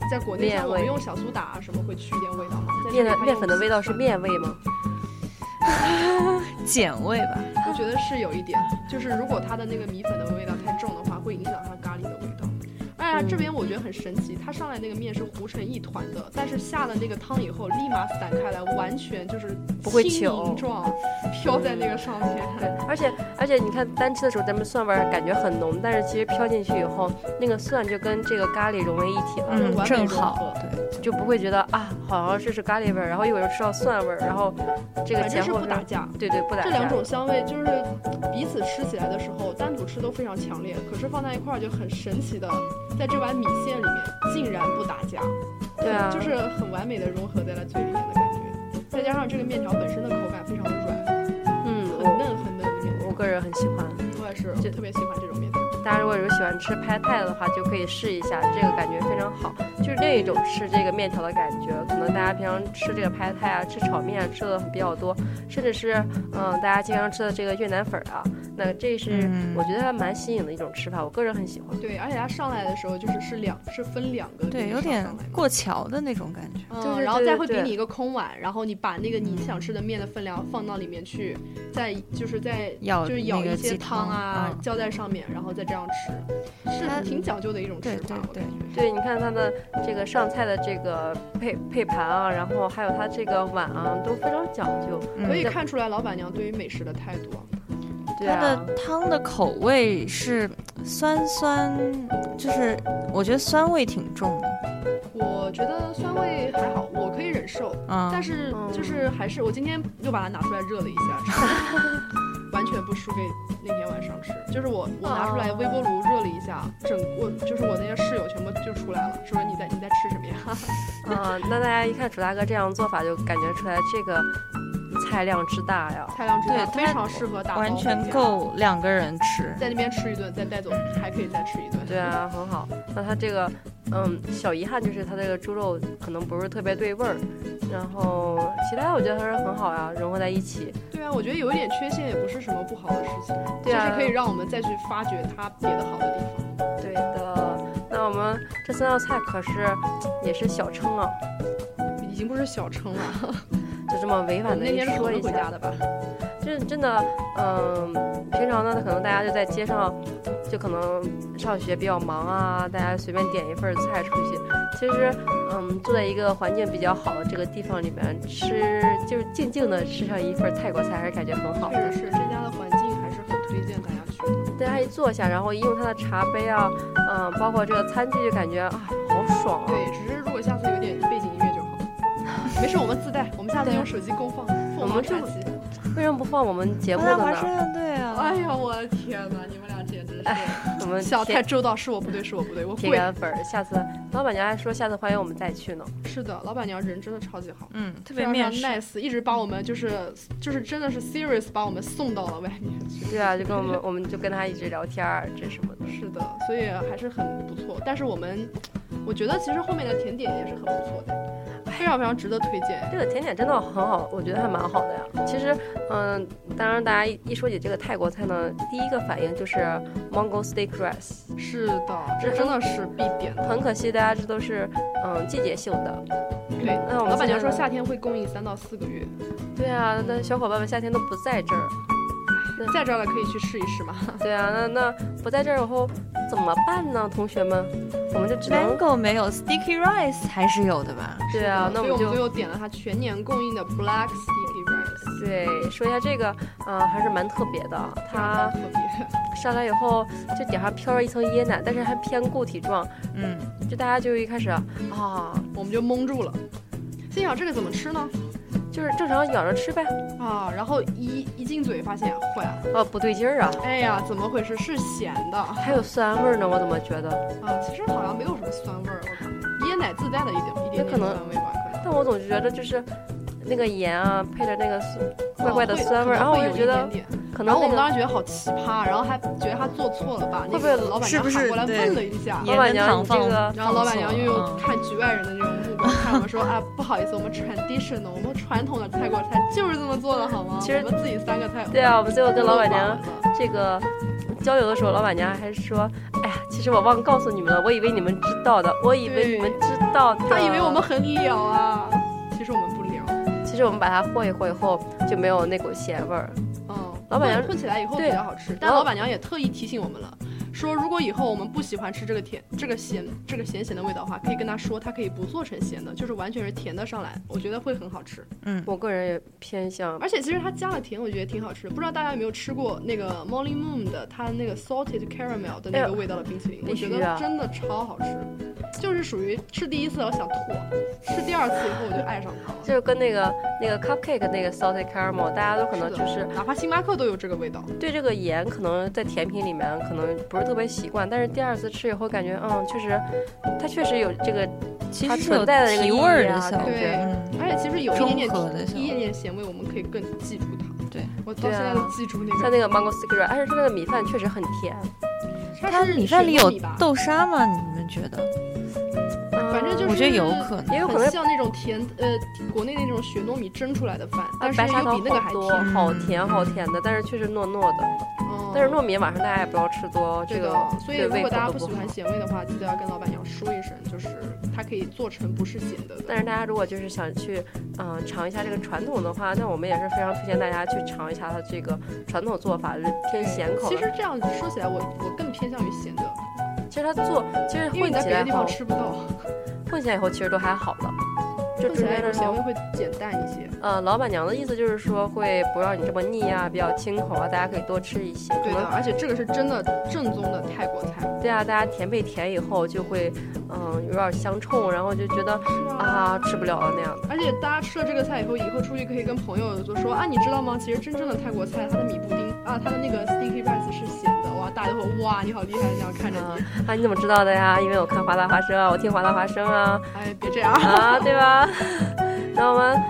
Speaker 4: 在国内
Speaker 2: 面
Speaker 4: 像我们
Speaker 2: 味
Speaker 4: 用小苏打啊什么会去一点味道嘛，在这
Speaker 2: 面
Speaker 4: 里
Speaker 2: 的
Speaker 4: 它
Speaker 2: 面
Speaker 4: 用
Speaker 2: 粉的味道是
Speaker 4: 蒜
Speaker 2: 面味吗？
Speaker 3: 碱味吧。
Speaker 4: 我觉得是有一点，就是如果它的那个米粉的味道太重的话，会影响它咖喱的味道。而但是这
Speaker 2: 嗯
Speaker 4: 边我觉得很神奇，它上来那个面是糊成一团的，但是下了那个汤以后，立马散开来，完全就是
Speaker 2: 不会
Speaker 4: 轻
Speaker 2: 球
Speaker 4: 盈状飘在那个上面。
Speaker 2: 对，而且而且你看单吃的时候，咱们蒜味儿感觉很浓，但是其实飘进去以后，那个蒜就跟这个咖喱融为一体了，
Speaker 4: 完
Speaker 3: 嗯，
Speaker 4: 美
Speaker 3: 正
Speaker 4: 融合
Speaker 3: 好，对，
Speaker 2: 就不会觉得啊，好像这是咖喱味儿，然后一会儿又吃到蒜味儿，然后这个
Speaker 4: 反正
Speaker 2: 前
Speaker 4: 是
Speaker 2: 后
Speaker 4: 不打架。
Speaker 2: 对对不打
Speaker 4: 这
Speaker 2: 架。
Speaker 4: 两种香味就是彼此吃起来的时候，单独吃都非常强烈，可是放在一块儿就很神奇的，在这碗米线里面竟然不打架，
Speaker 2: 对啊，
Speaker 4: 就是很完美的融合在了嘴里面的感觉。再加上这个面条本身的口感非常的软，
Speaker 2: 嗯，
Speaker 4: 很
Speaker 2: 我
Speaker 4: 嫩很嫩的面条，
Speaker 2: 我个人很喜欢。
Speaker 4: 我也是
Speaker 2: 这
Speaker 4: 特别喜欢这种面条。
Speaker 2: 大家如果有喜欢吃拍泰的话，就可以试一下，这个感觉非常好，就是另一种吃这个面条的感觉。可能大家平常吃这个拍泰啊，吃炒面啊，吃的比较多，甚至是嗯、大家经常吃的这个越南粉儿啊，那这是
Speaker 3: 嗯
Speaker 2: 我觉得还蛮新颖的一种吃法，我个人很喜欢。
Speaker 4: 对，而且它上来的时候就是是两是分两个
Speaker 3: 对，
Speaker 4: 面
Speaker 3: 有
Speaker 4: 条
Speaker 3: 点
Speaker 4: 上来的
Speaker 3: 过桥的那种感觉。
Speaker 4: 嗯，
Speaker 2: 对对
Speaker 4: 然后
Speaker 2: 对
Speaker 4: 再
Speaker 2: 对
Speaker 4: 会
Speaker 2: 对
Speaker 4: 给你一个空碗，然后你把那个你想吃的面的分量放到里面去，再就是再
Speaker 3: 舀
Speaker 4: 就是舀
Speaker 3: 那个
Speaker 4: 一些
Speaker 3: 鸡
Speaker 4: 汤啊、
Speaker 3: 汤嗯
Speaker 4: 浇在上面，然后再这样吃，
Speaker 3: 它
Speaker 4: 是挺讲究的一种吃
Speaker 3: 对
Speaker 4: 法，
Speaker 3: 对
Speaker 4: 我感觉。
Speaker 2: 对，你看它的这个上菜的这个配配盘啊，然后还有它这个碗啊，都非常讲究。
Speaker 3: 嗯
Speaker 4: 可以看出来老板娘对于美食的态度啊，
Speaker 2: 对
Speaker 3: 它
Speaker 2: 啊，
Speaker 3: 的汤的口味是酸酸，就是我觉得酸味挺重的，
Speaker 4: 我觉得酸味还好，我可以忍受，
Speaker 3: 嗯，
Speaker 4: 但是
Speaker 2: 嗯
Speaker 4: 就是还是我今天又把它拿出来热了一下 吃，完全不输给那天晚上吃。就是我我拿出来微波
Speaker 3: 哦
Speaker 4: 炉热了一下，整我就是我那些室友全部就出来了，说你在你在吃什么呀？
Speaker 2: 啊、那大家一看主大哥这样做法，就感觉出来这个菜量之大呀。
Speaker 4: 菜量之大，
Speaker 3: 对
Speaker 4: 非常适合打包
Speaker 3: 完全
Speaker 4: 回家，
Speaker 3: 够两个人吃。
Speaker 4: 在那边吃一顿，再带走，还可以再吃一顿。
Speaker 2: 对啊，很好。那它这个，嗯，小遗憾就是它这个猪肉可能不是特别对味儿，然后其他我觉得还是很好呀，融合在一起。
Speaker 4: 对啊，我觉得有一点缺陷也不是什么不好的事情，
Speaker 2: 对啊
Speaker 4: 就是可以让我们再去发掘它别的好的地方。
Speaker 2: 对的。那我们这三道菜可是也是小称啊，
Speaker 4: 已经不是小称了，
Speaker 2: 就这么委
Speaker 4: 我
Speaker 2: 婉
Speaker 4: 们
Speaker 2: 的
Speaker 4: 那天是
Speaker 2: 说
Speaker 4: 横
Speaker 2: 一
Speaker 4: 着回
Speaker 2: 下
Speaker 4: 家。的吧？
Speaker 2: 这真的，嗯，平常呢，可能大家就在街上，就可能上学比较忙啊，大家随便点一份菜出去。其实，嗯，住在一个环境比较好的这个地方里面吃，就是静静的吃上一份泰国菜，还是感觉很好
Speaker 4: 确
Speaker 2: 的。
Speaker 4: 实是这家的环境还是很推荐大家去
Speaker 2: 大
Speaker 4: 的。
Speaker 2: 家一坐下，然后一用它的茶杯啊，嗯，包括这个餐具，就感觉啊，好爽啊！
Speaker 4: 对，只是如果下次有点背景音乐就好。没事，我们自带，我们下次
Speaker 2: 对
Speaker 4: 用手机公放，
Speaker 2: 我
Speaker 4: 凤
Speaker 2: 们
Speaker 4: 凰
Speaker 2: 就
Speaker 4: 传奇。
Speaker 2: 为什么不放我们节目
Speaker 3: 那
Speaker 2: 的
Speaker 3: 华盛
Speaker 2: 呢？
Speaker 3: 顿对啊，
Speaker 4: 哎呀，我的天哪，你们俩简直是啊
Speaker 2: 我 们
Speaker 4: 想哎太
Speaker 2: 铁
Speaker 4: 周到，是我不对，是我不对，我
Speaker 2: 铁
Speaker 4: 跪。
Speaker 2: 杆粉儿，下次老板娘还说下次欢迎我们再去呢。
Speaker 4: 是的，老板娘人真的超级好。
Speaker 3: 嗯，特
Speaker 4: 特
Speaker 3: 别
Speaker 4: 别
Speaker 3: 面试，
Speaker 4: nice，一直把我们就是就是真的是 serious 把我们送到了外面去。
Speaker 2: 对啊，就跟我们，我们就跟他一直聊天儿，这什么的。
Speaker 4: 是的，所以还是很不错。但是我们，我觉得其实后面的甜点也是很不错的，非常非常值得推荐。
Speaker 2: 这个甜点真的很好，我觉得还蛮好的呀。其实，嗯，当然大家一一说起这个泰国菜呢，第一个反应就是 mango steak rice。
Speaker 4: 是的，这真的是必点的。
Speaker 2: 很可惜，大家这都是嗯季节性的。
Speaker 4: 对，
Speaker 2: 嗯那我们
Speaker 4: 老板娘说
Speaker 2: 现
Speaker 4: 夏天会供应三到四个月，
Speaker 2: 在对啊，那小伙伴们夏天都不在这儿。
Speaker 4: 在这儿的可以去试一试嘛。
Speaker 2: 对啊，那那不在这儿以后怎么办呢？同学们，我们就只能
Speaker 3: mango 没有，sticky rice 还是有的吧？
Speaker 2: 对啊，那
Speaker 4: 所以
Speaker 2: 我
Speaker 4: 我
Speaker 2: 们
Speaker 4: 们
Speaker 2: 就。
Speaker 4: 最后点了它全年供应的 black sticky rice，
Speaker 2: 对，说一下这个，呃，还是蛮特别的。它
Speaker 4: 特别
Speaker 2: 上来以后，就顶上飘着一层椰奶，但是还偏固体状，
Speaker 3: 嗯，
Speaker 2: 就大家就一开始啊，
Speaker 4: 我们就蒙住了，心想这个怎么吃呢？
Speaker 2: 就是正常咬着吃呗。
Speaker 4: 啊，然后一一进嘴发现坏了。
Speaker 2: 哦，不对劲儿啊，
Speaker 4: 哎呀，怎么回事？是咸的啊！
Speaker 2: 还有酸味儿呢，我怎么觉得？
Speaker 4: 其实好像没有什么酸味儿，我感觉椰奶自带了一点一点
Speaker 2: 那
Speaker 4: 点
Speaker 2: 可能
Speaker 4: 酸味吧，可能。
Speaker 2: 但我总觉得就是那个盐啊，配着那个酸怪怪的
Speaker 4: 哦会
Speaker 2: 酸味儿，
Speaker 4: 可
Speaker 2: 然
Speaker 4: 能
Speaker 2: 后
Speaker 4: 会
Speaker 2: 我
Speaker 4: 有
Speaker 2: 就
Speaker 4: 一
Speaker 2: 觉得
Speaker 4: 点点
Speaker 2: 可
Speaker 4: 然
Speaker 2: 能
Speaker 4: 后
Speaker 2: 那
Speaker 4: 我们
Speaker 2: 个
Speaker 4: 当时觉得好奇葩，然后还觉得他做错了吧？
Speaker 2: 会
Speaker 4: 那
Speaker 2: 不会
Speaker 4: 个老板
Speaker 3: 是
Speaker 4: 娘
Speaker 3: 不
Speaker 4: 喊
Speaker 3: 是
Speaker 4: 过来
Speaker 3: 对
Speaker 4: 问了一下，
Speaker 2: 老板娘，你
Speaker 3: 盐跟糖
Speaker 2: 这
Speaker 3: 放
Speaker 2: 个
Speaker 4: 然后老板娘又
Speaker 3: 放
Speaker 4: 用
Speaker 3: 错了
Speaker 4: 看局外人的那种目光看我们说啊，不好意思，我们 traditional，我们传统的泰国菜就是这么做的，好吗？
Speaker 2: 其实
Speaker 4: 我们自己三个菜。
Speaker 2: 对啊，我们最后跟老板
Speaker 4: 忘
Speaker 2: 娘啊
Speaker 4: 了
Speaker 2: 这个交流的时候，老板娘还说，哎呀，其实我忘告诉你们了，我以为你们知道的，我以为
Speaker 4: 对
Speaker 2: 你们知道的，
Speaker 4: 他以为我们很了啊，其实我们不了。
Speaker 2: 其实我们把它和一和以后就没有那股咸味儿。
Speaker 4: 嗯，
Speaker 2: 老板娘
Speaker 4: 混混起来以后
Speaker 2: 哦对
Speaker 4: 比较好吃，但
Speaker 2: 然后
Speaker 4: 老板娘也特意提醒我们了，说如果以后我们不喜欢吃这个甜、这个咸、这个咸咸的味道的话，可以跟他说，他可以不做成咸的，就是完全是甜的上来，我觉得会很好吃。
Speaker 3: 嗯，
Speaker 2: 我个人也偏向
Speaker 4: 而且其实它加了甜，我觉得挺好吃的。不知道大家有没有吃过那个 Molly Moon 的它那个 salted caramel 的那
Speaker 2: 哎
Speaker 4: 个
Speaker 2: 呦
Speaker 4: 味道的冰淇淋，
Speaker 2: 必
Speaker 4: 我觉
Speaker 2: 须
Speaker 4: 得
Speaker 2: 啊
Speaker 4: 真的超好吃，就是属于吃第一次我想吐，吃第二次以后我就爱上它了。
Speaker 2: 就是跟那个那个 cupcake 那个 salted caramel，大家都可能
Speaker 4: 是的
Speaker 2: 就是
Speaker 4: 哪怕星巴克都有这个味道，
Speaker 2: 对这个盐可能在甜品里面可能不是特别习惯，但是第二次吃以后感觉，嗯，确实，它确实有这个
Speaker 3: 其
Speaker 2: 它
Speaker 3: 实是
Speaker 2: 存
Speaker 3: 有
Speaker 2: 在的这个
Speaker 3: 提
Speaker 2: 意义
Speaker 3: 味儿的
Speaker 2: 啊
Speaker 3: 效果。
Speaker 4: 对
Speaker 3: 嗯，
Speaker 4: 而且其实有一点点
Speaker 3: 中和的效果
Speaker 4: 一点点咸味，我们可以更记住它。
Speaker 3: 对
Speaker 4: 我到
Speaker 2: 对
Speaker 4: 现
Speaker 2: 啊
Speaker 4: 在都记住那
Speaker 2: 像
Speaker 4: 个，
Speaker 2: 那个 mango secret，但是它那个米饭确实很甜，
Speaker 4: 它
Speaker 3: 它
Speaker 4: 是
Speaker 3: 米饭里
Speaker 4: 水
Speaker 3: 有
Speaker 4: 米吧，
Speaker 3: 豆沙吗？你们觉得？
Speaker 2: 反
Speaker 4: 嗯反正就是
Speaker 3: 我觉得有可能。
Speaker 2: 也有可
Speaker 4: 很
Speaker 2: 能
Speaker 4: 像那种甜呃国内那种雪糯米蒸出来的饭，但是
Speaker 2: 呃白
Speaker 4: 又
Speaker 2: 砂糖
Speaker 4: 比那个还
Speaker 2: 好多，
Speaker 4: 甜。
Speaker 3: 嗯
Speaker 2: 好甜好甜的，但是确实糯糯的。
Speaker 4: 嗯
Speaker 2: 但是糯米晚上大家也不要吃多哦，这
Speaker 4: 对
Speaker 2: 个
Speaker 4: 的，所以
Speaker 2: 对
Speaker 4: 如
Speaker 2: 胃
Speaker 4: 果
Speaker 2: 口
Speaker 4: 大家
Speaker 2: 都
Speaker 4: 不喜
Speaker 2: 好
Speaker 4: 欢。咸味的话，记得要跟老板娘说一声，就是它可以做成不是咸的的。
Speaker 2: 但是大家如果就是想去，嗯、尝一下这个传统的话，那我们也是非常推荐大家去尝一下它这个传统做法，就是偏咸口
Speaker 4: 其
Speaker 2: 的。
Speaker 4: 实这样子说起来我，我更偏向于咸的，
Speaker 2: 其实它做，其实
Speaker 4: 因为
Speaker 2: 混
Speaker 4: 你在
Speaker 2: 起
Speaker 4: 别的
Speaker 2: 来
Speaker 4: 地
Speaker 2: 后
Speaker 4: 方，吃不到，
Speaker 2: 混起来以后其实都还好了。就
Speaker 4: 混起
Speaker 2: 中
Speaker 4: 来
Speaker 2: 间
Speaker 4: 以后
Speaker 2: 的时
Speaker 4: 咸
Speaker 2: 候
Speaker 4: 味，会减淡一些。
Speaker 2: 呃，老板娘的意思就是说会不让你这么腻啊，比较清口啊，大家可以多吃一些。可
Speaker 4: 对的，
Speaker 2: 能
Speaker 4: 而且这个是真的正宗的泰国菜。
Speaker 2: 对啊，大家甜被甜以后就会，嗯、有点相冲，然后就觉得
Speaker 4: 是
Speaker 2: 啊吃不了了那样的。
Speaker 4: 而且大家吃了这个菜以后，以后出去可以跟朋友就说啊，你知道吗？其实真正的泰国菜，它的米布丁啊，它的那个 sticky rice 是咸的。哇，大家都会哇，你好厉害，这样看着
Speaker 2: 啊
Speaker 4: 你。
Speaker 2: 啊，你怎么知道的呀？因为我看华大华生啊，我听华大华生啊，
Speaker 4: 哎，别这样。
Speaker 2: 啊，对吧？ 那我们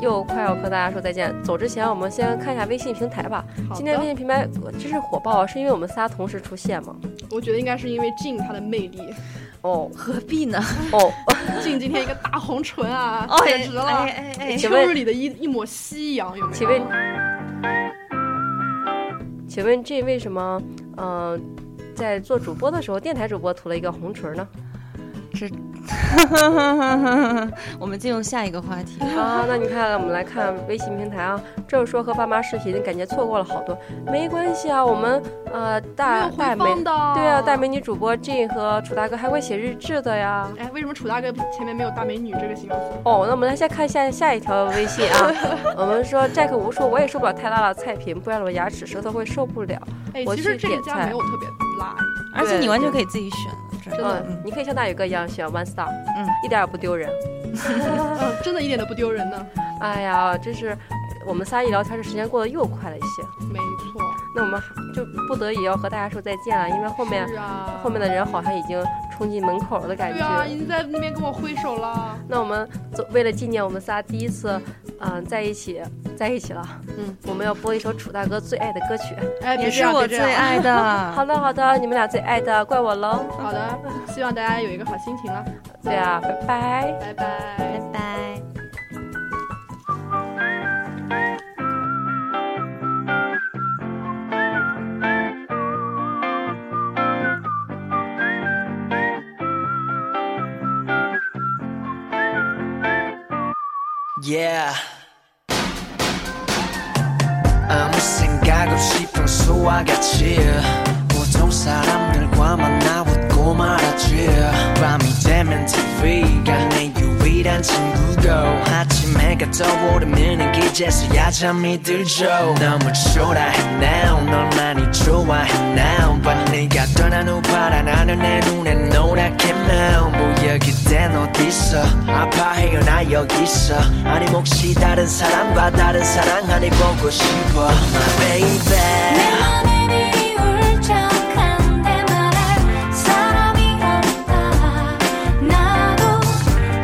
Speaker 2: 又快要和大家说再见，走之前我们先看一下微信平台吧。
Speaker 4: 好
Speaker 2: 今天微信
Speaker 4: 的，
Speaker 2: 平台呃真是火爆啊，是因为我们仨同时出现吗？
Speaker 4: 我觉得应该是因为 Jin 它的魅力。
Speaker 2: 哦
Speaker 3: 何必呢？
Speaker 2: 哦，
Speaker 4: 进今天一个大红唇啊，
Speaker 3: 哦，
Speaker 4: 简直了！
Speaker 3: 哎哎
Speaker 2: 请
Speaker 4: 秋
Speaker 2: 问
Speaker 4: 日里的一一抹夕阳，有没有？
Speaker 2: 请问，请问这为什么，嗯、在做主播的时候，电台主播涂了一个红唇呢？
Speaker 3: 哎， 我们进入下一个话题。
Speaker 2: 啊，那你看，我们来看微信平台啊，这么说和爸妈视频，感觉错过了好多，没关系啊，我们呃
Speaker 4: 没
Speaker 2: 大大
Speaker 4: 有回
Speaker 2: 美，
Speaker 4: 放的。
Speaker 2: 对啊，大。美女主播 J 和楚大哥还会写日志的呀。
Speaker 4: 哎，为什么楚大哥前面没有大美女这个形容词？
Speaker 2: 哦，那我们来先看下下一条微信啊， 我们说 Jack 无说，我也受不了太辣的菜品，不然我牙齿舌头会受不了。
Speaker 4: 哎，
Speaker 2: 我
Speaker 4: 其实
Speaker 2: 去
Speaker 4: 这一
Speaker 2: 点
Speaker 4: 家
Speaker 2: 菜
Speaker 4: 没有特别辣，
Speaker 3: 而且你完全可以自己选的，真
Speaker 4: 真的
Speaker 3: 的。嗯
Speaker 2: 你可以像大宇哥一样选 One Star，
Speaker 3: 嗯，
Speaker 2: 一点也不丢人。
Speaker 4: 嗯，真的一点都不丢人呢。
Speaker 2: 哎呀，真是我们仨一聊天，这时间过得又快了一些。
Speaker 4: 没错，
Speaker 2: 那我们还就不得已要和大家说再见了，因为后面
Speaker 4: 是啊，
Speaker 2: 后面的人好像已经冲进门口了的感
Speaker 4: 对
Speaker 2: 觉。
Speaker 4: 啊，已经在那边跟我挥手了。
Speaker 2: 那我们做为了纪念我们仨第一次，嗯、在一起在一起了，
Speaker 4: 嗯，
Speaker 2: 我们要播一首楚大哥最爱的歌曲。
Speaker 4: 哎，别
Speaker 3: 也
Speaker 4: 这
Speaker 3: 是
Speaker 4: 样
Speaker 3: 我
Speaker 4: 别
Speaker 3: 最
Speaker 4: 这样
Speaker 3: 爱
Speaker 2: 好
Speaker 3: 的。
Speaker 2: 的好的，你们俩最爱的，怪我喽。
Speaker 4: 好的，希望大家有一个好心情啦，
Speaker 2: 对啊，拜拜。
Speaker 4: 拜拜。
Speaker 3: 拜拜。
Speaker 5: Yeah. 아무 생각 없이 평소와 같이 보통 사람들과 만나 웃고 말았지 밤이 되면 TV가 내 유일한 친구고 아침해가 떠오르면 이제서야 잠이 들죠 너무 초라해 now 널 많이 좋아해 now But 네가 떠난 후 바라나는 내 눈에 노랗게 now 뭐야 그땐 어딨어 아파해요 나 여기 있어 아니 혹시 다른 사람과 다른 사랑하니 보고 싶어 My baby
Speaker 6: 내 맘에 울적한데 말할 사람이 없다 나도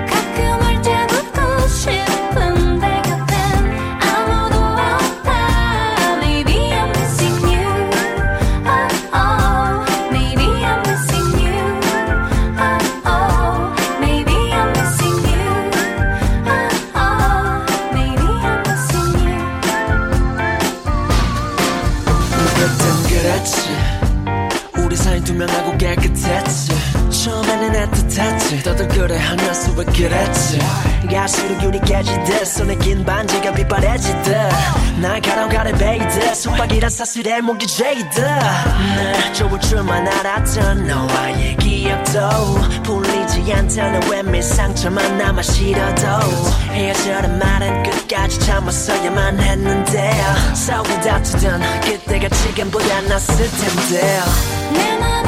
Speaker 6: 가끔 울때묻고 싶은데 곁엔 아무도 없다 Maybe I'm missing you Oh oh Maybe I'm missing you Oh oh Maybe I'm missing you Oh oh Maybe I'm missing you
Speaker 5: 그땐 그랬지 우리 사이 투명하고 깨끗했지 처음에는 애틋했지 너도 그래 하면서 왜 그랬지 갈수록 유리 깨지듯 손에 낀 반지가 빛바래지듯 날 가로가래 베이듯 속박이란 사슬에 목이 죄이듯 날 좋을 줄만 알았던 너와의 기억도 풀리지 않다는 웬밀 상처만 남아 싫어도 헤어져란 말은 끝까지 참았어야만 했는데 싸우고 다투던 그때가 지금보다 낫을 텐데
Speaker 6: 내 맘이 Oh, Oh,